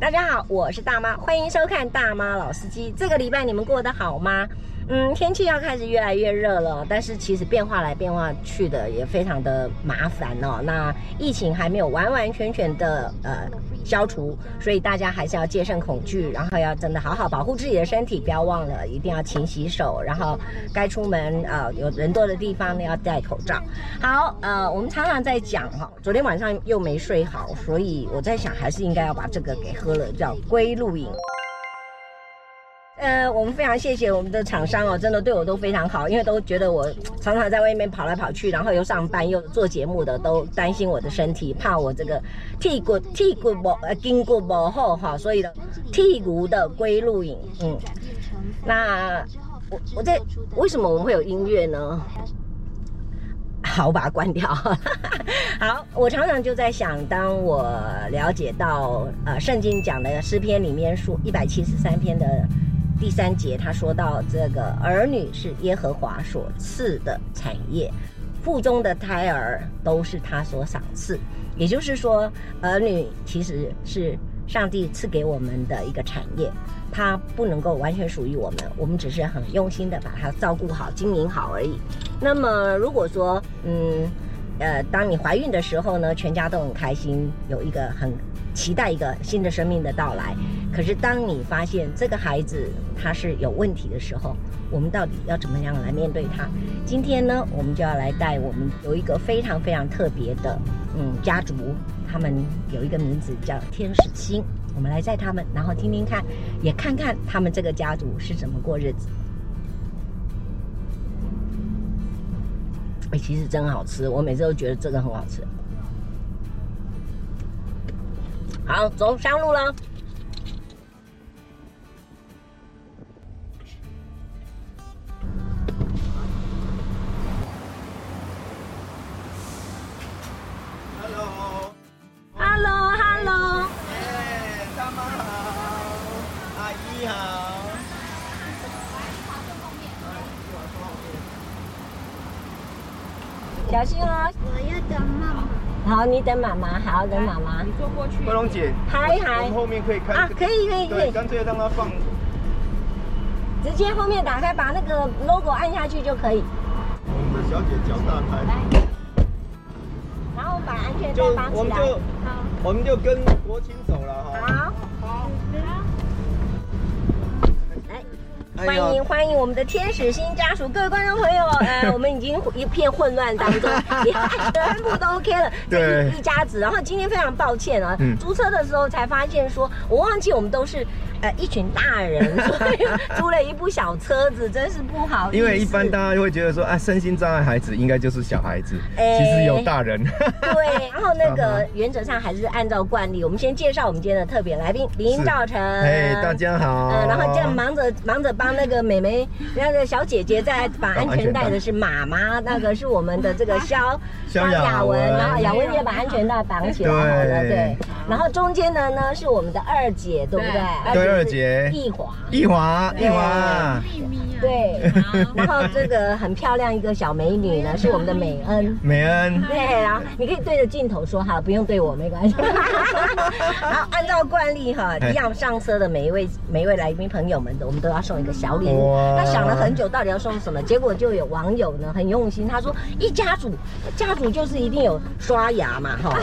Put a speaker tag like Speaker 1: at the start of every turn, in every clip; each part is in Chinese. Speaker 1: 大家好，我是大妈，欢迎收看《大妈老司机》。这个礼拜你们过得好吗？嗯，天气要开始越来越热了，但是其实变化来变化去的也非常的麻烦哦。那疫情还没有完完全全的呃消除，所以大家还是要戒慎恐惧，然后要真的好好保护自己的身体，不要忘了一定要勤洗手，然后该出门呃有人多的地方呢要戴口罩。好，呃，我们常常在讲哈、昨天晚上又没睡好，所以我在想还是应该要把这个给喝了，叫龟鹿饮。呃，我们非常谢谢我们的厂商哦，真的对我都非常好，因为都觉得我常常在外面跑来跑去，然后又上班又做节目的，都担心我的身体，怕我这个屁股屁股不呃筋骨不好哈，所以呢，剔骨的龟鹿饮，嗯，那我我在为什么我们会有音乐呢？好，我把它关掉。 好，我常常就在想，当我了解到呃圣经讲的诗篇里面说一百七十三篇的第三节，他说到这个儿女是耶和华所赐的产业，腹中的胎儿都是他所赏赐。也就是说，儿女其实是上帝赐给我们的一个产业，它不能够完全属于我们，我们只是很用心的把它照顾好、经营好而已。那么如果说，嗯，呃，当你怀孕的时候呢，全家都很开心，有一个很期待一个新的生命的到来。可是当你发现这个孩子他是有问题的时候，我们到底要怎么样来面对他？今天呢，我们就要来带我们有一个非常非常特别的，嗯，家族，他们有一个名字叫天使星。我们来带他们，然后听听看，也看看他们这个家族是怎么过日子。哎、其实真好吃，我每次都觉得这个很好吃。好，走上路了。
Speaker 2: Hello，
Speaker 1: Hello，Hello，
Speaker 2: 哎，大妈好，阿姨好。
Speaker 1: 小心哦。
Speaker 3: 我要等妈妈。
Speaker 1: 好，你等妈妈，好，等妈妈
Speaker 4: 你。坐过去。
Speaker 2: 桂龙姐，
Speaker 1: 嗨
Speaker 2: 哎我
Speaker 1: 嗨
Speaker 2: 们，后面可以看
Speaker 1: 啊可以可以可以
Speaker 2: 对，干脆让它放。
Speaker 1: 直接后面打开，把那个 logo 按下去就可以。
Speaker 2: 我们的小姐脚大
Speaker 4: 来
Speaker 2: 开，，
Speaker 1: 然后我们把安全带
Speaker 2: 就
Speaker 1: 绑
Speaker 2: 我
Speaker 1: 起
Speaker 2: 们
Speaker 1: 来
Speaker 2: 就。我们就跟国清走了哈。
Speaker 1: 好，
Speaker 4: 好，
Speaker 1: 来。
Speaker 2: 哎
Speaker 1: 欢
Speaker 2: 呀
Speaker 1: 迎欢迎我们的天使星家属，各位观众朋 友，呃，我们已经一片混乱当中， 连全部都 OK 了，这
Speaker 2: 对
Speaker 1: 一一家子。然后今天非常抱歉啊，
Speaker 2: 嗯
Speaker 1: 租车的时候才发现说，我忘记我们都是呃一群大人，所以租了一部小车子，真是不好意思。
Speaker 2: 因为一般大家会觉得说，啊，身心障碍孩子应该就是小孩子，
Speaker 1: 哎
Speaker 2: 其实有大人。
Speaker 1: 对，然后那
Speaker 2: 啊
Speaker 1: 个
Speaker 2: 哈
Speaker 1: 原则上还是按照惯例，我们先介绍我们今天的特别来宾林
Speaker 2: 是
Speaker 1: 兆成。
Speaker 2: 哎，大家好。
Speaker 1: 呃，然后这样忙着忙着帮那个美眉、那个小姐姐在绑安全带的是妈妈，那个是我们的这个肖
Speaker 2: 肖雅文
Speaker 1: 然后雅文也把安全带绑起来好了，
Speaker 2: 对
Speaker 1: 对。然后中间的呢是我们的二姐，对不对？
Speaker 2: 对二姐
Speaker 1: 易华，
Speaker 2: 一华，一
Speaker 1: 哎
Speaker 2: 华，
Speaker 4: 秘密啊。
Speaker 1: 对
Speaker 4: 好。
Speaker 1: 然后这个很漂亮一个小美女呢是我们的美恩。
Speaker 2: 美恩，
Speaker 1: 对然后你可以对着镜头说哈，不用对我没关系。 好，按照惯例哈，
Speaker 2: 哎
Speaker 1: 一样上车的每一位每一位来宾朋友们，我们都要送一个小礼物。
Speaker 2: 哇
Speaker 1: 那想了很久，到底要送什么？结果就有网友呢很用心，他说一家族，家族就是一定有刷牙嘛哈，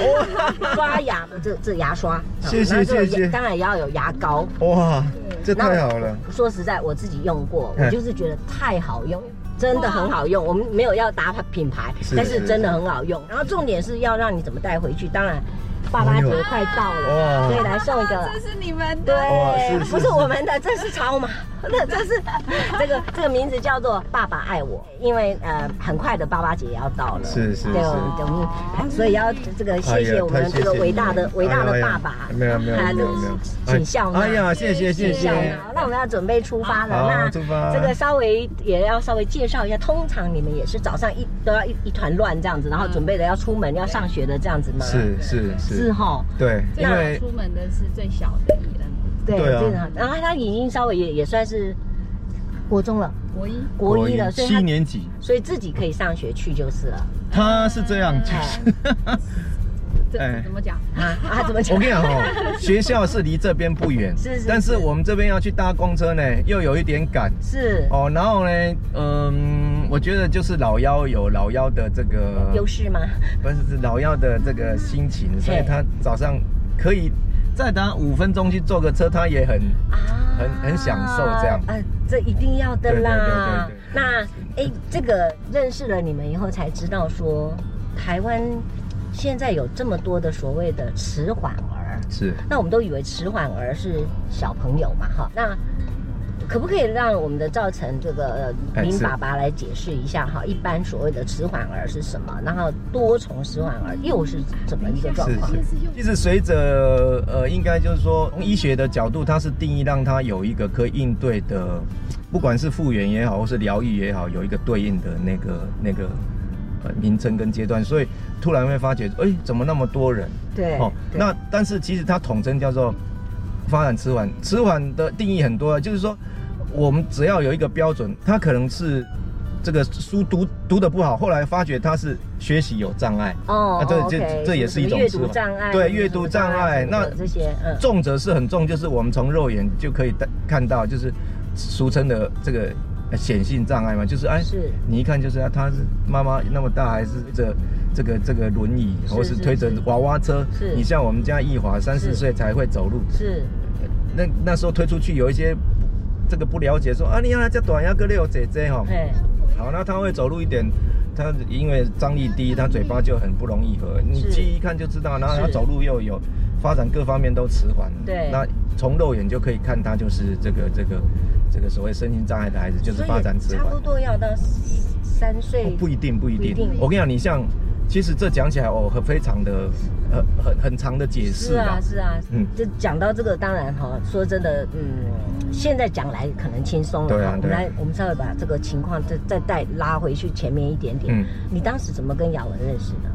Speaker 1: 刷牙的这这牙刷，
Speaker 2: 谢谢
Speaker 1: 然后就有
Speaker 2: 谢谢
Speaker 1: 当然也要有牙膏。
Speaker 2: 哇，这太好了。
Speaker 1: 说实在，我自己用过，
Speaker 2: 嗯
Speaker 1: 我就是觉得太好用，真的很好用。我们没有要打品牌，
Speaker 2: 是
Speaker 1: 但是真的很好用。然后重点是要让你怎么带回去，当然，爸爸节快到了，
Speaker 2: 哇
Speaker 1: 所以来送一个。
Speaker 4: 啊这是你们的。
Speaker 2: 哇
Speaker 1: 对
Speaker 2: 哦是，是
Speaker 1: 不是
Speaker 2: 是
Speaker 1: 我们的，这是超马， 那这是这个这个名字叫做“爸爸爱我”，因为呃，很快的爸爸节要到了，
Speaker 2: 是是哎
Speaker 1: 对，
Speaker 2: 是
Speaker 1: 我们哎所以要这个谢谢我们这个伟大的伟大
Speaker 2: 哎
Speaker 1: 的爸爸，
Speaker 2: 没有没有
Speaker 1: 啊
Speaker 2: 没有没有，
Speaker 1: 请笑纳
Speaker 2: 哎呀，谢谢谢谢
Speaker 1: 小。脑那我们要准备出发了。
Speaker 2: 好
Speaker 1: 那
Speaker 2: 出发
Speaker 1: 这个稍微也要稍微介绍一下，通常你们也是早上一都要一一团乱这样子，然后准备的要出门要上学的这样子吗？
Speaker 2: 是是
Speaker 1: 是
Speaker 2: 是，
Speaker 1: 哈，
Speaker 2: 对，
Speaker 4: 最
Speaker 2: 因
Speaker 4: 早
Speaker 2: 为
Speaker 4: 出门的是最小的艺人，
Speaker 1: 对，
Speaker 2: 对啊
Speaker 1: 这个然后他已经稍微也也算是国中了，
Speaker 4: 国一。
Speaker 1: 国一了，所以
Speaker 2: 七
Speaker 1: 他
Speaker 2: 年级，
Speaker 1: 所以自己可以上学去就是了。
Speaker 2: 他是这样，就是
Speaker 4: 这
Speaker 2: 哎
Speaker 4: 怎么讲？
Speaker 1: 啊啊， 怎么
Speaker 2: 我
Speaker 1: 讲
Speaker 2: 跟？你讲哦，学校是离这边不远，
Speaker 1: 是是
Speaker 2: 但
Speaker 1: 是
Speaker 2: 是我们这边要去搭公车呢，又有一点赶
Speaker 1: 是
Speaker 2: 哦。然后呢，嗯，我觉得就是老妖有老妖的这个
Speaker 1: 优势吗？
Speaker 2: 不是是老妖的这个心情，所以
Speaker 1: 嘿
Speaker 2: 他早上可以再搭五分钟去坐个车，他也很
Speaker 1: 啊，
Speaker 2: 很很享受这样
Speaker 1: 呃，这一定要的啦。
Speaker 2: 对
Speaker 1: 那哎，这个认识了你们以后才知道说，台湾现在有这么多的所谓的迟缓儿，
Speaker 2: 是
Speaker 1: 那我们都以为迟缓儿是小朋友嘛，哈，那。可不可以让我们的造成这个呃
Speaker 2: 哎
Speaker 1: 林
Speaker 2: 是
Speaker 1: 爸爸来解释一下哈？一般所谓的迟缓儿是什么？然后多重迟缓儿又是怎么一个状
Speaker 2: 是
Speaker 1: 况？
Speaker 2: 是。其实随着呃，应该就是说，从医学的角度，它是定义让它有一个可以应对的，不管是复原也好，或是疗愈也好，有一个对应的那个那个呃名称跟阶段。所以突然会发觉，哎、怎么那么多人？
Speaker 1: 对，
Speaker 2: 哦
Speaker 1: 对
Speaker 2: 那但是其实它统称叫做发展迟缓，迟缓的定义很多啊，就是说我们只要有一个标准，它可能是这个书读读的不好，后来发觉他是学习有障碍。
Speaker 1: 哦，
Speaker 2: 啊，这
Speaker 1: 哦
Speaker 2: 这
Speaker 1: OK，
Speaker 2: 这也
Speaker 1: 什
Speaker 2: 是
Speaker 1: 么
Speaker 2: 一种
Speaker 1: 阅
Speaker 2: 吃
Speaker 1: 读
Speaker 2: 法
Speaker 1: 障碍，
Speaker 2: 对
Speaker 1: 什么什
Speaker 2: 阅
Speaker 1: 么
Speaker 2: 读
Speaker 1: 障
Speaker 2: 障碍。
Speaker 1: 什么
Speaker 2: 那
Speaker 1: 的这些，嗯，
Speaker 2: 重者是很重，就是我们从肉眼就可以看看到，就是俗称的这个呃显性障碍嘛，就是哎，
Speaker 1: 是
Speaker 2: 你一看就是啊，他是妈妈那么大，还是这这个这个轮椅，
Speaker 1: 是
Speaker 2: 或是推着
Speaker 1: 是是
Speaker 2: 娃娃车
Speaker 1: 是。
Speaker 2: 你像我们家易华三
Speaker 1: 是
Speaker 2: 四岁才会走路，
Speaker 1: 是
Speaker 2: 那那时候推出去有一些不这个不了解说啊，你让他叫短腰哥六姐姐哈。
Speaker 1: 哎，
Speaker 2: 好，那他会走路一点，他因为张力低，他嘴巴就很不容易合，你
Speaker 1: 是
Speaker 2: 记忆一看就知道。然后他
Speaker 1: 是
Speaker 2: 走路又有发展，各方面都迟缓。
Speaker 1: 对
Speaker 2: 那从肉眼就可以看他就是这个这个这个所谓身心障碍的孩子，就是
Speaker 1: 所以
Speaker 2: 发展迟
Speaker 1: 差
Speaker 2: 缓。哦
Speaker 1: 不多要到三岁，
Speaker 2: 不一定，不一
Speaker 1: 不一
Speaker 2: 定。
Speaker 1: 定
Speaker 2: 我跟你讲，你像，其实这讲起来哦，很非常的很很很长的解释
Speaker 1: 是啊是啊，
Speaker 2: 嗯
Speaker 1: 就讲到这个，当然哈，说真的，嗯，现在讲来可能轻松了，
Speaker 2: 对啊
Speaker 1: 哈我们
Speaker 2: 对啊
Speaker 1: 来我们稍微把这个情况再再带拉回去前面一点点
Speaker 2: 嗯，
Speaker 1: 你当时怎么跟雅文认识的？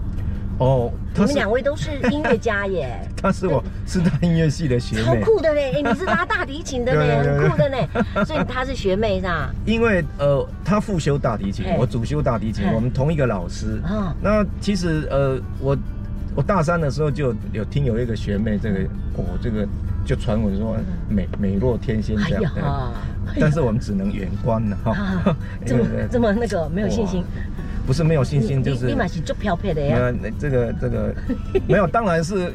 Speaker 2: 哦，
Speaker 1: 你
Speaker 2: 他
Speaker 1: 们
Speaker 2: 是
Speaker 1: 两位都是音乐家耶。
Speaker 2: 他是我师大音乐系的 学
Speaker 1: 超
Speaker 2: 妹，
Speaker 1: 酷的嘞！哎、你是拉大提琴的嘞，
Speaker 2: 对对对
Speaker 1: 很酷的嘞。所以她是学妹是吧？
Speaker 2: 因为呃，他复修大提琴
Speaker 1: 嘿，
Speaker 2: 我主修大提琴
Speaker 1: 嘿，
Speaker 2: 我们同一个老师。
Speaker 1: 啊、
Speaker 2: 那其实呃，我我大三的时候就有有听有一个学妹，这个哦，这个就传闻说美美若天仙
Speaker 1: 哎
Speaker 2: 这
Speaker 1: 呀
Speaker 2: 样，的，但是我们只能远观了哈
Speaker 1: 啊，
Speaker 2: 因
Speaker 1: 这
Speaker 2: 为
Speaker 1: 么这么那个没有信心，
Speaker 2: 不是没有信
Speaker 1: 你
Speaker 2: 心，就是
Speaker 1: 你立马是做漂配的呀，
Speaker 2: 那这个 这个没有，当然是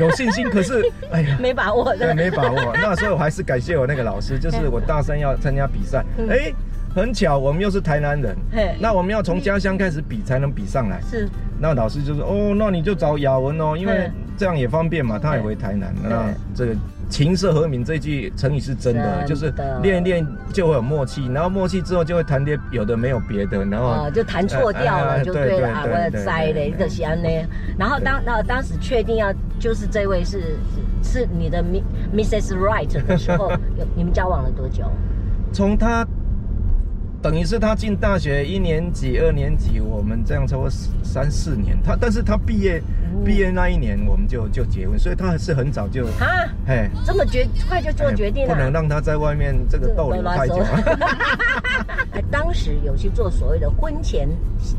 Speaker 2: 有信心，可是哎呀，
Speaker 1: 没把握
Speaker 2: 对，
Speaker 1: 的。
Speaker 2: 没把握。那时候我还是感谢我那个老师，就是我大三要参加比赛
Speaker 1: 嗯，
Speaker 2: 哎、很巧，我们又是台南人
Speaker 1: 嘿，
Speaker 2: 那我们要从家乡开始比才能比上来。
Speaker 1: 是
Speaker 2: 那老师就说，哦，那你就找雅文哦，因为
Speaker 1: 嗯
Speaker 2: 这样也方便嘛，他也回台南。那这个琴瑟和鸣这句成语是真的，
Speaker 1: 真的
Speaker 2: 就是练一练就会有默契，然后默契之后就会弹点有的没有别的，然后、
Speaker 1: 啊、就弹错掉
Speaker 2: 哦哎
Speaker 1: 了，
Speaker 2: 哎
Speaker 1: 就
Speaker 2: 对
Speaker 1: 对了
Speaker 2: 对
Speaker 1: 啊，
Speaker 2: 对
Speaker 1: 我
Speaker 2: 对
Speaker 1: 栽
Speaker 2: 对
Speaker 1: 嘞，
Speaker 2: 对
Speaker 1: 的西安呢。然后当那当时确定要就是这位是是是你的 Mi- Mrs. Right 的时 候，有你们交往了多久？
Speaker 2: 从他等于是他进大学一年级、二年级，我们这样差不多三四年。他但是他毕业
Speaker 1: 哦
Speaker 2: 毕业那一年我们就就结婚，所以他是很早就
Speaker 1: 啊，
Speaker 2: 嘿。
Speaker 1: 这么决快就做
Speaker 2: 哎
Speaker 1: 决定了、
Speaker 2: 不能让他在外面这个逗留太久。啊
Speaker 1: 哎 当时有去做所谓的婚前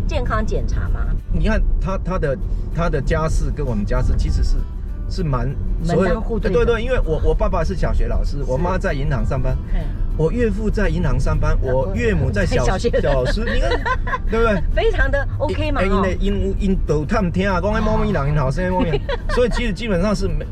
Speaker 1: 健康检查吗？
Speaker 2: 你看他他的他的家世跟我们家世其实是是蛮
Speaker 1: 门
Speaker 2: 所谓的
Speaker 1: 当户对
Speaker 2: 哎
Speaker 1: 的
Speaker 2: 对对，因为我我爸爸是小学老师，我妈在银行上班，我岳父在银行上班， 我岳母在小
Speaker 1: 哦在小学
Speaker 2: 小师，你看对不对？
Speaker 1: 非常的 OK 嘛、
Speaker 2: 哎因
Speaker 1: 哦
Speaker 2: 为因因都他们听啊，讲哎猫咪人很好，声音猫咪人，所以其实基本上是没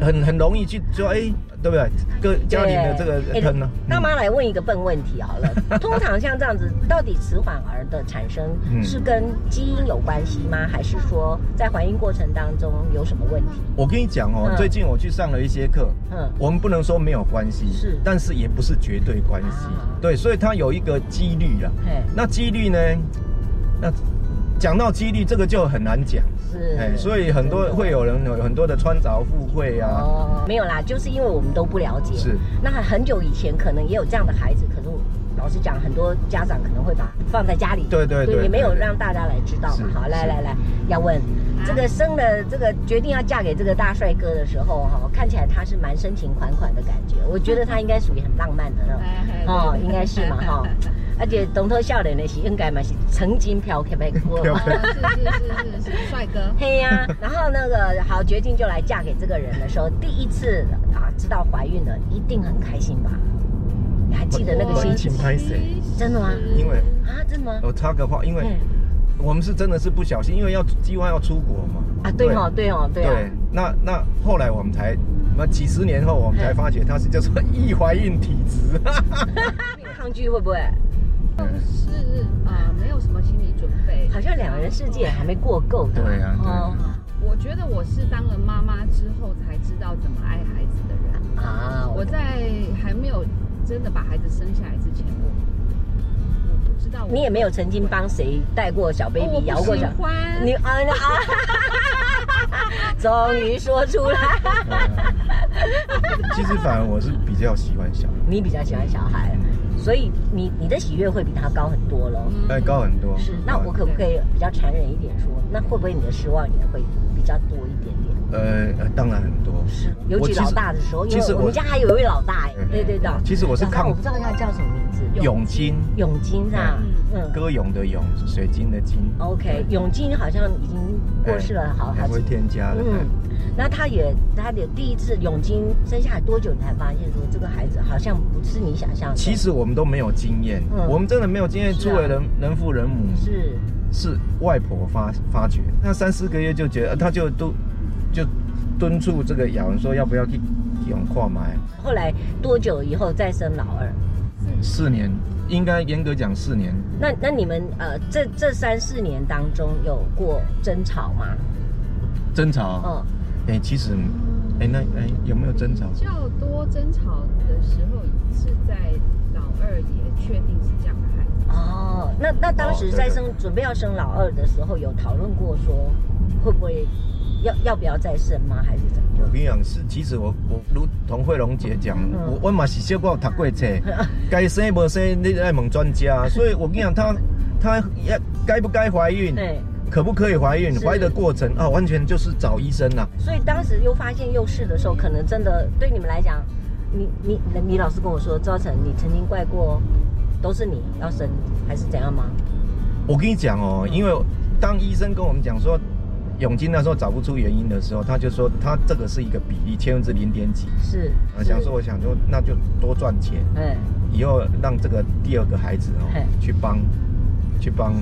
Speaker 2: 很很容易去说哎，对不对？各家里的这
Speaker 1: 对
Speaker 2: 个
Speaker 1: 哎
Speaker 2: 疼呢，
Speaker 1: 大
Speaker 2: 嗯
Speaker 1: 妈来问一个笨问题好 了，通常像这样子，到底迟缓儿的产生
Speaker 2: 嗯
Speaker 1: 是跟基因有关系吗？还是说在怀孕过程当中有什么问题？
Speaker 2: 我跟你讲哦
Speaker 1: 嗯，
Speaker 2: 最近我去上了一些课，
Speaker 1: 嗯，
Speaker 2: 我们不能说没有关系，
Speaker 1: 是
Speaker 2: 但是也不是绝对关系
Speaker 1: 啊，
Speaker 2: 对，所以它有一个几率啦。
Speaker 1: 嘿，
Speaker 2: 那几率呢？那讲到几率，这个就很难讲，哎，
Speaker 1: 是，
Speaker 2: 所以很多
Speaker 1: 真的
Speaker 2: 会有人有很多的穿凿附会啊，
Speaker 1: 哦，没有啦，就是因为我们都不了解。
Speaker 2: 是。
Speaker 1: 那很久以前可能也有这样的孩子，可是我老实讲，很多家长可能会把放在家里，
Speaker 2: 对对对
Speaker 1: 也没有
Speaker 2: 对对
Speaker 1: 让大家来知道嘛。
Speaker 2: 是
Speaker 1: 好，来
Speaker 2: 是
Speaker 1: 来来，要问这个生了这个决定要嫁给这个大帅哥的时候，哈，看起来他是蛮 深情款款的感觉，我觉得他应该属于很浪漫的那种，
Speaker 4: 哎
Speaker 1: 哦，应该是嘛哈。而且当初少年的时候应该嘛是曾经漂漂过。
Speaker 2: 漂漂
Speaker 4: 是是是是是，帅哥，
Speaker 1: 嘿呀、 然后那个呃好决定就来嫁给这个人的时候，第一次啊知道怀孕了，一定很开心吧？你还记得 那个
Speaker 2: 我
Speaker 1: 心情
Speaker 2: 情拍谁
Speaker 1: 真的吗
Speaker 2: 因为
Speaker 1: 啊？真的吗？
Speaker 2: 哦我哦插个话，因
Speaker 1: 嗯
Speaker 2: 为我们是真的是不小心，因为要计划要出国嘛。
Speaker 1: 啊，对哦，对哦，对
Speaker 2: 对，
Speaker 1: 啊，
Speaker 2: 那那后来我们才，那几十年后我们才发觉她是叫做易怀孕体 质。
Speaker 1: 抗拒会不会？
Speaker 4: 就是呃没有什么心理准备。
Speaker 1: 好像两个人世界还没过够哦的。
Speaker 2: 对啊对啊
Speaker 4: 我觉得我是当了妈妈之后才知道怎么爱孩子的人。
Speaker 1: 哦啊，
Speaker 4: 我
Speaker 1: 我
Speaker 4: 在还没有真的把孩子生下来之前，我我不知道我。
Speaker 1: 你也没有曾经帮谁带过小 baby，摇
Speaker 2: 哦
Speaker 1: 过
Speaker 4: 小
Speaker 1: 小，你啊那啊，终于说出来，
Speaker 2: 其实反而我是比较喜欢小孩，
Speaker 1: 你比较喜欢小孩，所以你你的喜悦会比他高很多咯。
Speaker 4: 嗯
Speaker 2: 哎，高很多。
Speaker 1: 是，那我可不可以比较残忍一点说，那会不会你的失望也会比较多一点点？
Speaker 2: 呃呃，当然很多。
Speaker 1: 是，尤
Speaker 2: 我
Speaker 1: 其
Speaker 2: 其实
Speaker 1: 老大的时候，因
Speaker 2: 其实
Speaker 1: 为我们
Speaker 2: 我嗯
Speaker 1: 家还有一位老大哎，对对的。
Speaker 2: 其实我是
Speaker 1: 老大
Speaker 2: 抗
Speaker 1: 我不知道他叫什么名字，
Speaker 2: 泳金，
Speaker 1: 永金是吧？嗯
Speaker 2: 歌咏的咏，水晶的晶。哎
Speaker 1: ，OK，永金好像已经过世了，哦啊好
Speaker 2: 还
Speaker 1: 好
Speaker 2: 会
Speaker 1: 几。
Speaker 2: 添加的。
Speaker 1: 嗯，那他也他也第一次永金生下来多久，你才发现说这个孩子好像不是你想象的？
Speaker 2: 其实我们都没有经验，
Speaker 1: 嗯
Speaker 2: 我们真的没有经验，
Speaker 1: 是啊
Speaker 2: 作为人人父人母
Speaker 1: 是
Speaker 2: 是外婆发发觉，那三四个月就觉得，呃她就都就敦促这个雅文说要不要去用跨买，
Speaker 1: 后来多久以后再生老二？
Speaker 2: 四年，应该严格讲四年，
Speaker 1: 那那你们呃，这这三四年当中有过争吵吗？
Speaker 2: 争吵，哎、
Speaker 1: 嗯，
Speaker 2: 其实，哎、那哎、有没有争吵
Speaker 4: 比？较多争吵的时候是在老二也确定是这样的孩子，
Speaker 1: 哦，那那当时
Speaker 2: 哦对
Speaker 1: 在
Speaker 2: 对
Speaker 1: 生、准备要生老二的时候，有讨论过说会不会要要不要再生吗？还是怎么
Speaker 2: 我
Speaker 1: 样？
Speaker 2: 跟你讲，是其实我我如同慧龙姐讲，
Speaker 1: 嗯
Speaker 2: 我我嘛是小过读 过册，该生不生你爱问专家，所以我跟你讲，她她要该不该怀孕，
Speaker 1: 对，
Speaker 2: 可不可以怀孕，
Speaker 1: 是
Speaker 2: 怀的过程啊，完全就是找医生啦、啊
Speaker 1: 所以当时又发现又是的时候，可能真的对你们来讲，你你你你老师跟我说，赵成，你曾经怪过都是你要生还是怎样吗？
Speaker 2: 我跟你讲哦，因为当医生跟我们讲说，永金那时候找不出原因的时候，他就说他这个是一个比例，千分之零点几。
Speaker 1: 是，
Speaker 2: 啊，想说我想说，那就多赚钱，
Speaker 1: 哎
Speaker 2: 以后让这个第二个孩子
Speaker 1: 嘿
Speaker 2: 哦去帮，去帮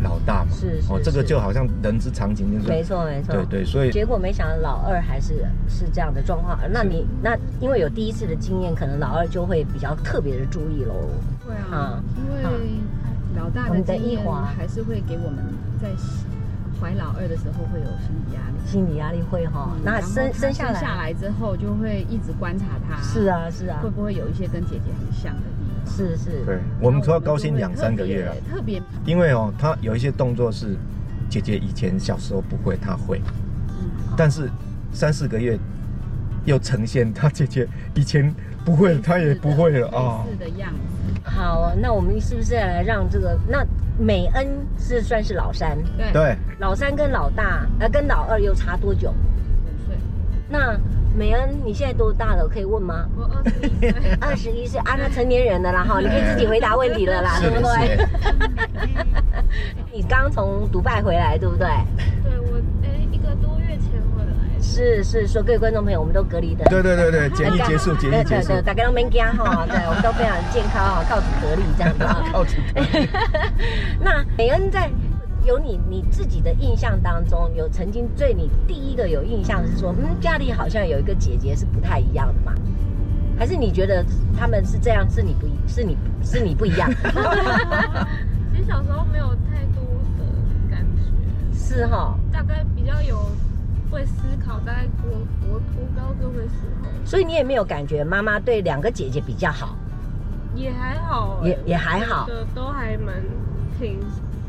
Speaker 2: 老大嘛。
Speaker 1: 是是
Speaker 2: 哦，这个
Speaker 1: 是
Speaker 2: 就好像人之常情，就是
Speaker 1: 没错没错。
Speaker 2: 对对，所以
Speaker 1: 结果没想到老二还是是这样的状况，那你那因为有第一次的经验，可能老二就会比较特别的注意喽。
Speaker 4: 会
Speaker 1: 啊
Speaker 4: 啊，因为老大
Speaker 1: 我
Speaker 4: 的
Speaker 1: 们在
Speaker 4: 经
Speaker 1: 一
Speaker 4: 验
Speaker 1: 华
Speaker 4: 还是会给我们在怀老二的时候会有心理压力。
Speaker 1: 心理压力会哈、
Speaker 4: 嗯
Speaker 1: 哦那
Speaker 4: 然后
Speaker 1: 生
Speaker 4: 他
Speaker 1: 生下来
Speaker 4: 下来之后就会一直观察他，
Speaker 1: 是啊是啊
Speaker 4: 会不会有一些跟姐姐很像的地方？
Speaker 1: 是是，
Speaker 2: 对，我们
Speaker 4: 然
Speaker 2: 都
Speaker 4: 后
Speaker 2: 要
Speaker 4: 就
Speaker 2: 高薪
Speaker 4: 会
Speaker 2: 两
Speaker 4: 特
Speaker 2: 三个
Speaker 4: 别
Speaker 2: 月啊，
Speaker 4: 特别，
Speaker 2: 因为哦，他有一些动作是姐姐以前小时候不会，他会。
Speaker 4: 嗯，
Speaker 2: 但是三四个月又呈现他姐姐以前不会，他也不会了啊
Speaker 4: 类。似的样子，
Speaker 1: 好啊，那我们是不是来让这个那美恩是算是老三，
Speaker 4: 对，
Speaker 2: 对，
Speaker 1: 老三跟老大呃跟老二又差多久？
Speaker 4: 五岁，
Speaker 1: 那美恩你现在多大了？可以问 吗？，
Speaker 4: 我呃二十
Speaker 1: 二十一
Speaker 4: 一岁
Speaker 1: 岁啊，那成年人了啦哈，你可以自己回答问题了啦，
Speaker 2: 是
Speaker 1: 对不
Speaker 2: 的，
Speaker 1: 对
Speaker 2: 是？的。
Speaker 1: 你刚从迪拜回来，对不对？
Speaker 3: 对我，哎，一个多月前我来的，
Speaker 1: 是是，说各位观众朋友，我们都隔离的，
Speaker 2: 对对对对，检疫结束，
Speaker 1: 对
Speaker 2: 检疫
Speaker 1: 对
Speaker 2: 结束
Speaker 1: 对，，大家都没惊 哈，对，我们都非常健康哈，靠隔离这样子啊。
Speaker 2: 靠近。
Speaker 1: 那美恩在有你你自己的印象当中，有曾经对你第一个有印象是说，嗯，家里好像有一个姐姐是不太一样的嘛？还是你觉得他们是这样，是你不一是你是你不一样？
Speaker 3: 其实小时候没有太多的感觉，
Speaker 1: 是哈、
Speaker 3: 大概比较有会思考，大概国国国高中的时候
Speaker 1: 所以你也没有感觉妈妈对两个姐姐比较好，
Speaker 3: 也还好，
Speaker 1: 也也还好
Speaker 3: 的都还蛮平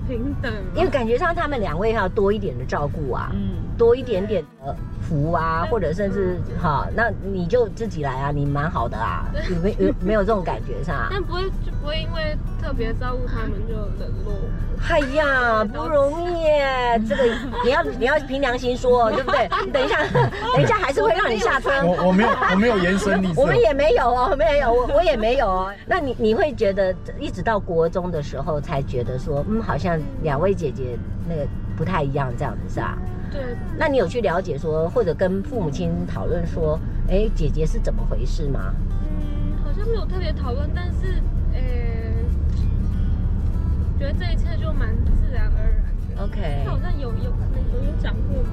Speaker 3: 平等，
Speaker 1: 因为感觉上他们两位要多一点的照顾啊。
Speaker 4: 嗯，
Speaker 1: 多一点点的壶啊，或者甚至哈，那你就自己来啊，你蛮好的啊，有没有没有这种感觉是 吧？
Speaker 3: 但不会就不会因为特别照顾他们就冷落我。
Speaker 1: 哎呀，不容易耶！这个你要你要凭良心 说，对不对？等一下，等一下还是会让你下车。
Speaker 2: 我我没有我没有延伸你，
Speaker 1: 我们也没有哦，没有，我我也没有哦。那你你会觉得一直到国中的时候才觉得说，嗯，好像两位姐姐那个不太一样这样子是吧？
Speaker 3: 对，
Speaker 1: 那你有去了解说，或者跟父母亲讨论说，哎，姐姐是怎么回事吗？
Speaker 3: 嗯，好像没有特别讨论，但是呃，觉得这一切就蛮自然而然的。
Speaker 1: OK
Speaker 3: 那好像有有可能有有讲过吗？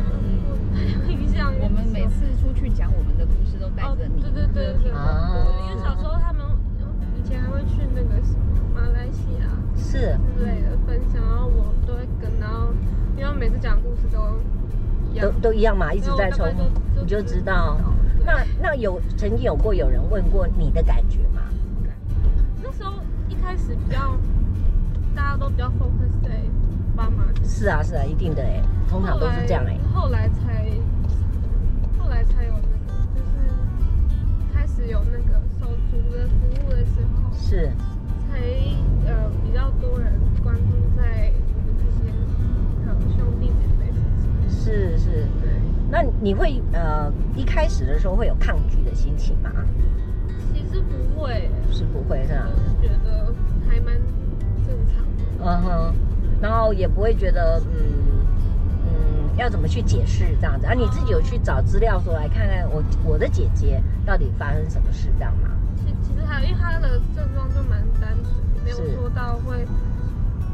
Speaker 3: 我不太有印象。
Speaker 4: 我们每次出去讲我们的故事都带
Speaker 3: 哦，
Speaker 4: 着
Speaker 3: 对
Speaker 4: 你，
Speaker 3: 对对对，
Speaker 1: 啊
Speaker 3: 因为小时候他们以前还会去那个什么马来西亚
Speaker 1: 是，
Speaker 3: 之类的分享，然后我都会跟，然后因为我每次讲故事都一样
Speaker 1: 都，都一样嘛，一直在重
Speaker 3: 然后我大概
Speaker 1: 复，你就知道。
Speaker 3: 对
Speaker 1: 那那有曾经有过有人问过你的感觉吗？
Speaker 3: 那时候一开始比较，大家都比较 focus 在爸妈身上，
Speaker 1: 是啊是啊，一定的哎，通常都是这样哎。
Speaker 3: 后来后来才，后来才有那个，就是开始有那个手足的服务的时候，
Speaker 1: 是，
Speaker 3: 才呃比较多人关注在我们这些呃兄弟姐妹身上。
Speaker 1: 是是，
Speaker 3: 对，
Speaker 1: 那你会呃一开始的时候会有抗拒的心情吗？
Speaker 3: 其实不会，欸
Speaker 1: 是不会是吧？
Speaker 3: 就是觉得还蛮正常的。
Speaker 1: 嗯哼，然后也不会觉得嗯嗯要怎么去解释这样子啊？你自己有去找资料说来看看我我的姐姐到底发生什么事这样吗？
Speaker 3: 其其实还因为他的症状就蛮单纯，没有
Speaker 1: 是
Speaker 3: 说到会，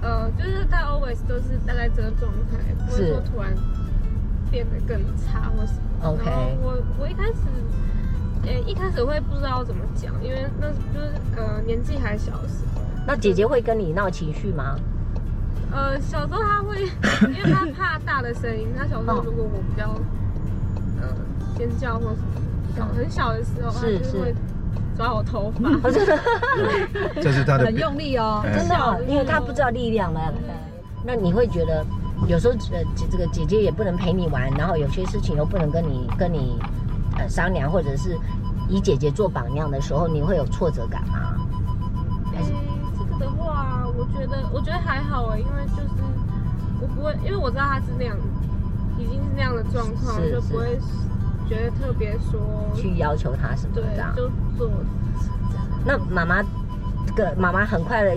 Speaker 3: 呃，就是他 always 都是大概这个状态，不
Speaker 1: 是
Speaker 3: 会说突然变得更差或什么。
Speaker 1: OK
Speaker 3: 然后我我一开始，呃、一开始会不知道怎么讲，因为那就是呃年纪还小的时候，
Speaker 1: 那姐姐会跟你闹情绪吗？
Speaker 3: 呃小时候他会，因为他怕大的声音，他小时候
Speaker 1: 哦
Speaker 3: 如果我比较，呃尖叫或什么，小很小的时候他
Speaker 1: 是
Speaker 3: 就是会抓我头 发。嗯
Speaker 2: 这是他的
Speaker 4: 很用力哦。
Speaker 2: 哎
Speaker 1: 真的哦、因为她不知道力量嘛。
Speaker 3: 嗯
Speaker 1: 那你会觉得有时候呃，姐这个姐姐也不能陪你玩，然后有些事情又不能跟你跟你呃商量，或者是以姐姐做榜样的时候，你会有挫折感吗？还是
Speaker 3: 嗯这个的话，我觉得我觉得还好哎，因为就是我不会，因为我知道他是那样，已经是那样的状况，
Speaker 1: 是
Speaker 3: 就不会觉得特别说
Speaker 1: 去要求她什么
Speaker 3: 对
Speaker 1: 这样？
Speaker 3: 就做这样。
Speaker 1: 那妈妈这个妈妈很快的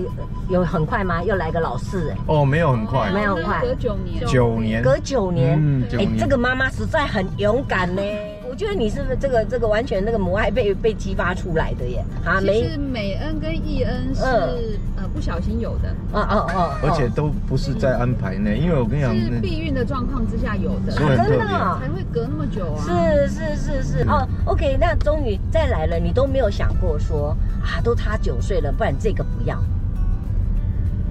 Speaker 1: 有很快吗？又来个老四哎、
Speaker 2: 哦，没有很快，
Speaker 1: 没有很快
Speaker 4: 隔九年，
Speaker 2: 九年，
Speaker 1: 隔九年。
Speaker 2: 嗯，九
Speaker 1: 哎、
Speaker 2: 年，
Speaker 1: 这个妈妈实在很勇敢呢。我觉得你是不是这个这个完全那个母爱被被激发出来的耶？啊，
Speaker 4: 其
Speaker 1: 没，
Speaker 4: 实美恩跟义恩是
Speaker 1: 嗯
Speaker 4: 呃不小心有的，
Speaker 1: 哦哦哦，
Speaker 2: 而且都不是在安排内，因为我跟你讲，
Speaker 4: 是
Speaker 2: 那
Speaker 4: 避孕的状况之下有的，
Speaker 2: 所以很
Speaker 1: 真
Speaker 2: 特
Speaker 1: 的
Speaker 2: 别。嗯
Speaker 1: 哦、
Speaker 4: 才会隔那么久啊。
Speaker 1: 是是是是哦，OK，那终于再来了，你都没有想过说啊，都他九岁了，不然这个不要。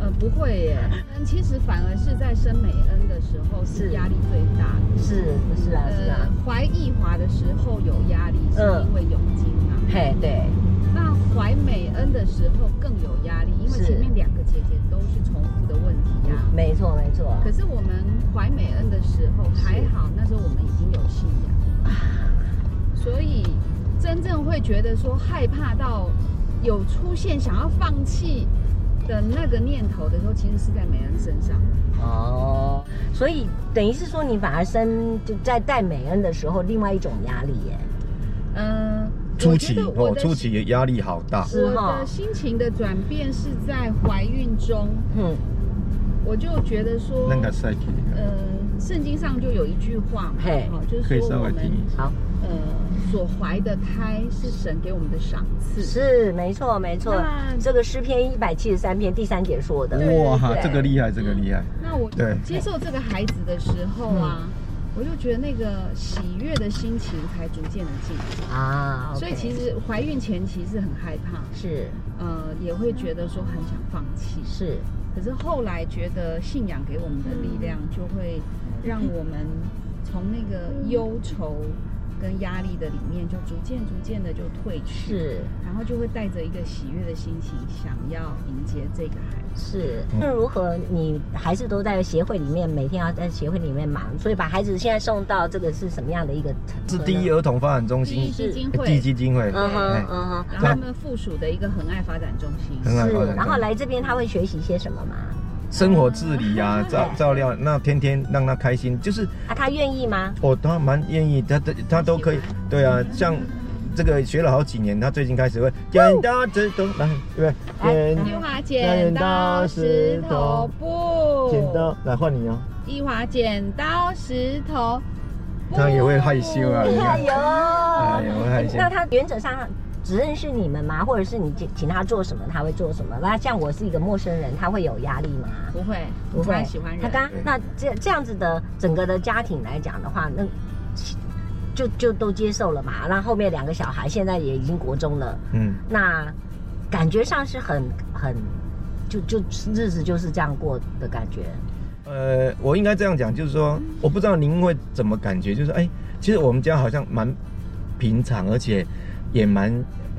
Speaker 4: 呃，不会耶。嗯，其实反而是在生美恩的时候
Speaker 1: 是
Speaker 4: 是压力最大的。
Speaker 1: 是是啊是啊，
Speaker 4: 呃，怀易华的时候有压力，是
Speaker 1: 嗯
Speaker 4: 因为有金啊嘛。
Speaker 1: 嘿对，
Speaker 4: 那怀美恩的时候更有压力，因为
Speaker 1: 是
Speaker 4: 前面两个姐姐都是重复的问题呀、
Speaker 1: 没错没错。
Speaker 2: 嗯
Speaker 4: 可是我们怀美恩的时候还好，那时候我们已经有信仰，所以真正会觉得说害怕到有出现想要放弃的那个念头的时候，其实是在美恩身上。
Speaker 1: 哦，所以等于是说你反而生就在带美恩的时候，另外一种压力耶。
Speaker 4: 嗯、
Speaker 2: 初
Speaker 4: 我
Speaker 2: 期
Speaker 4: 觉得我
Speaker 2: 哦，
Speaker 4: 的
Speaker 2: 初期也压力好大，
Speaker 1: 是
Speaker 4: 我
Speaker 1: 哈
Speaker 4: 的心情的转变是在怀孕中，
Speaker 1: 嗯，
Speaker 4: 我就觉得说，
Speaker 2: 那个赛季，
Speaker 4: 呃，圣经上就有一句话嘛，
Speaker 1: 嘿
Speaker 4: 哦，就
Speaker 2: 可以
Speaker 4: 是说
Speaker 2: 稍
Speaker 4: 我
Speaker 2: 微
Speaker 4: 们
Speaker 2: 听一下。
Speaker 1: 好，
Speaker 4: 呃所怀的胎是神给我们的赏赐，
Speaker 1: 是没错没错
Speaker 4: 那，
Speaker 1: 这个诗篇一百七十三篇第三节说的。
Speaker 2: 哇，
Speaker 1: 对
Speaker 2: 这个厉害，这个厉害，
Speaker 4: 那我
Speaker 2: 对
Speaker 4: 接受这个孩子的时候啊，
Speaker 1: 嗯
Speaker 4: 我就觉得那个喜悦的心情才逐渐的进来。
Speaker 1: 啊，
Speaker 4: 所以
Speaker 1: OK
Speaker 4: 其实怀孕前期是很害怕，
Speaker 1: 是
Speaker 4: 呃，也会觉得说很想放弃。
Speaker 1: 是
Speaker 4: 可是后来觉得信仰给我们的力量，就会让我们从那个忧愁、跟压力的里面，就逐渐逐渐的就退去，
Speaker 1: 是
Speaker 4: 然后就会带着一个喜悦的心情，想要迎接这个孩子。
Speaker 1: 是，
Speaker 2: 嗯
Speaker 1: 那如何？你还是都在协会里面，每天要在协会里面忙，所以把孩子现在送到这个是什么样的一个程度
Speaker 2: 是
Speaker 1: 呢？
Speaker 2: 第一儿童发展中
Speaker 4: 第一
Speaker 2: 心，
Speaker 4: 基金
Speaker 2: 呃第一
Speaker 4: 会，
Speaker 2: 基金会，
Speaker 1: 嗯哼
Speaker 2: 哎
Speaker 1: 嗯哼，
Speaker 4: 然后他们附属的一个恒爱发展中心。
Speaker 2: 很好
Speaker 1: 是
Speaker 2: 发展。
Speaker 1: 然后来这边他会学习些什么吗？
Speaker 2: 生活自理啊，
Speaker 1: 对
Speaker 2: 照照料，那天天让他开心，就是
Speaker 1: 啊，他愿意吗？
Speaker 2: 我他蛮愿意，他他他都可以
Speaker 4: 喜，
Speaker 2: 对啊，像这个学了好几年，他最近开始会剪刀石头来，对不对？
Speaker 4: 一
Speaker 2: 剪
Speaker 4: 华剪刀石头布，
Speaker 2: 剪刀来换你哦，
Speaker 4: 一华剪刀石头布，
Speaker 2: 他也会害羞啊，你
Speaker 1: 哎
Speaker 2: 看，
Speaker 1: 呦，
Speaker 2: 哎呀，会害羞。
Speaker 1: 那他原则上只认识你们吗？或者是你请请他做什么，他会做什么？那像我是一个陌生人，他会有压力吗？
Speaker 4: 不会，
Speaker 1: 不会
Speaker 4: 他喜欢人。
Speaker 1: 他刚
Speaker 2: 对
Speaker 1: 那这这样子的整个的家庭来讲的话，那就就都接受了嘛。那后面两个小孩现在也已经国中了，
Speaker 2: 嗯，
Speaker 1: 那感觉上是很很就就日子就是这样过的感觉。
Speaker 2: 呃，我应该这样讲，就是说，我不知道您会怎么感觉，就是哎、其实我们家好像蛮平常，而且也蛮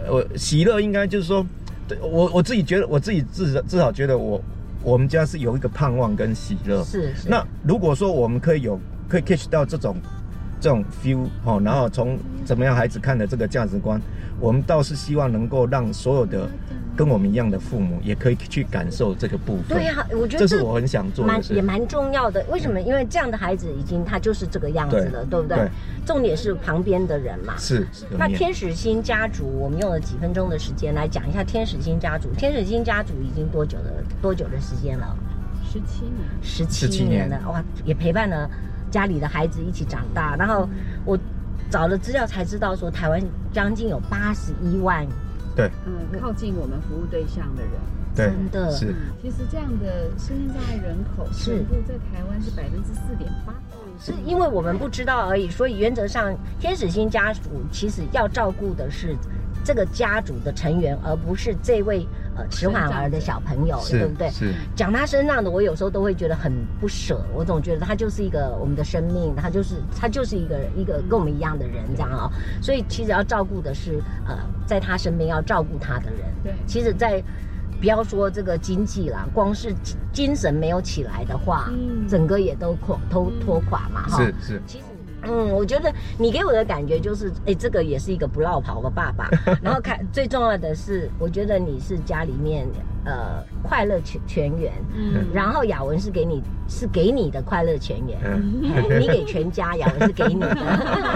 Speaker 2: 呃喜乐，应该就是说，对我我自己觉得，我自己至少至少觉得我我们家是有一个盼望跟喜乐。
Speaker 1: 是是。
Speaker 2: 那如果说我们可以有可以 catch 到这种这种 feel 哦，然后从怎么样孩子看的这个价值观，我们倒是希望能够让所有的跟我们一样的父母也可以去感受这个部分。
Speaker 1: 对呀、我觉得
Speaker 2: 这是我很想做的
Speaker 1: 蛮
Speaker 2: 事
Speaker 1: 也。蛮重要的。为什么？因为这样的孩子已经他就是这个样子了，对不对？
Speaker 2: 对
Speaker 1: 重点是旁边的人嘛。
Speaker 2: 是，有
Speaker 1: 那
Speaker 2: 念
Speaker 1: 天使星家族，我们用了几分钟的时间来讲一下天使星家族。天使星家族已经多久的多久的时间了？
Speaker 4: 十七年，
Speaker 1: 十七
Speaker 2: 17
Speaker 1: 年
Speaker 2: 年
Speaker 1: 了，哇，也陪伴了家里的孩子一起长大。然后我找了资料才知道，说台湾将近有八十一万，
Speaker 4: 嗯，靠近我们服务对象的人。
Speaker 2: 对
Speaker 1: 真的
Speaker 2: 是
Speaker 4: 嗯其实这样的身心障碍人口
Speaker 1: 是
Speaker 4: 全部在台湾是百分之四点八。
Speaker 1: 是因为我们不知道而已。所以原则上，天使星家属其实要照顾的是这个家族的成员，而不是这位呃迟缓儿的小朋友，
Speaker 2: 是，
Speaker 1: 对不对？
Speaker 2: 是
Speaker 1: 讲他身上的，我有时候都会觉得很不舍。我总觉得他就是一个我们的生命，他就是他就是一个一个跟我们一样的人这样哦。所以其实要照顾的是呃，在他身边要照顾他的人。
Speaker 4: 对，
Speaker 1: 其实在，不要说这个经济啦，光是精精神没有起来的话，
Speaker 4: 嗯
Speaker 1: 整个也都垮都拖垮嘛哈。
Speaker 2: 是是，
Speaker 1: 其实，嗯，我觉得你给我的感觉就是，哎、这个也是一个不落跑的爸 爸。然后看最重要的是，我觉得你是家里面呃快乐全全员，
Speaker 4: 嗯
Speaker 1: 然后雅文是给你是给你的快乐全员。
Speaker 2: 嗯，
Speaker 1: 你给全家，雅文是给你的。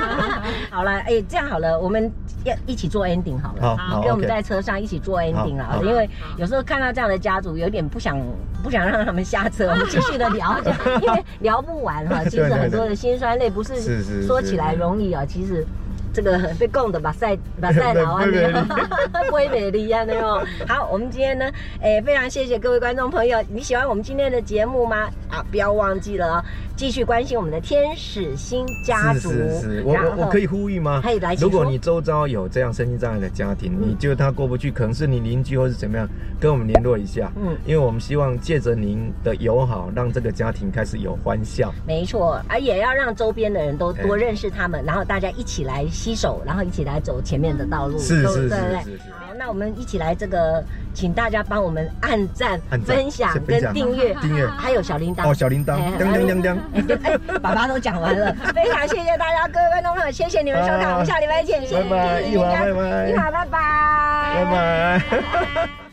Speaker 1: 好了，哎、这样好了，我们要一起做 ending 好了。
Speaker 2: 好
Speaker 4: 好
Speaker 1: 嗯
Speaker 2: 好
Speaker 1: 跟我们
Speaker 2: ，OK，
Speaker 1: 在车上一起做 ending
Speaker 2: 好
Speaker 1: 了
Speaker 2: 好，
Speaker 1: 因为有时候看到这样的家族，有点不想不想让他们下 车，我们继续的聊一下，因为聊不完哈。其实
Speaker 2: 对对
Speaker 1: 很多的辛酸泪不是
Speaker 2: 是是是
Speaker 1: 说起来容易啊，其实。这个被供的把赛把赛老啊，
Speaker 2: 对
Speaker 1: 不会美丽啊那种。好，我们今天呢，哎，非常谢谢各位观众朋友，你喜欢我们今天的节目吗？啊，不要忘记了哦，继续关心我们的天使星家
Speaker 2: 是
Speaker 1: 族。
Speaker 2: 是是，我
Speaker 1: 然后
Speaker 2: 我我可以呼吁吗
Speaker 1: 嘿来？请
Speaker 2: 如果
Speaker 1: 说嗯
Speaker 2: 你周遭有这样身心障碍的家庭，你就他过不去，可能是你邻居或是怎么样，跟我们联络一下，
Speaker 1: 嗯
Speaker 2: 因为我们希望借着您的友好，让这个家庭开始有欢笑。
Speaker 1: 没错，而也要让周边的人都
Speaker 2: 哎
Speaker 1: 多认识他们，然后大家一起来携手，然后一起来走前面的道路，
Speaker 2: 是
Speaker 1: 都
Speaker 2: 是是
Speaker 1: 嗯对不对
Speaker 2: 是是
Speaker 1: 好，那我们一起来这个，请大家帮我们按赞、
Speaker 2: 按赞
Speaker 1: 分享
Speaker 2: 是分
Speaker 1: 跟
Speaker 2: 享
Speaker 1: 订阅，
Speaker 2: 订阅
Speaker 1: 还有小铃铛
Speaker 2: 哦，。小铃铛
Speaker 1: 哎，
Speaker 2: 当
Speaker 1: 哎
Speaker 2: 当当当。
Speaker 1: 哎对哎， 爸爸都讲 完了，非常谢谢大家，各位观众朋友，谢谢你们收看，
Speaker 2: 啊
Speaker 1: 我们下礼拜见，谢谢
Speaker 2: 拜拜
Speaker 1: 谢谢
Speaker 2: 一华
Speaker 1: 大家
Speaker 2: 拜拜
Speaker 1: 一华拜拜，
Speaker 2: 拜拜。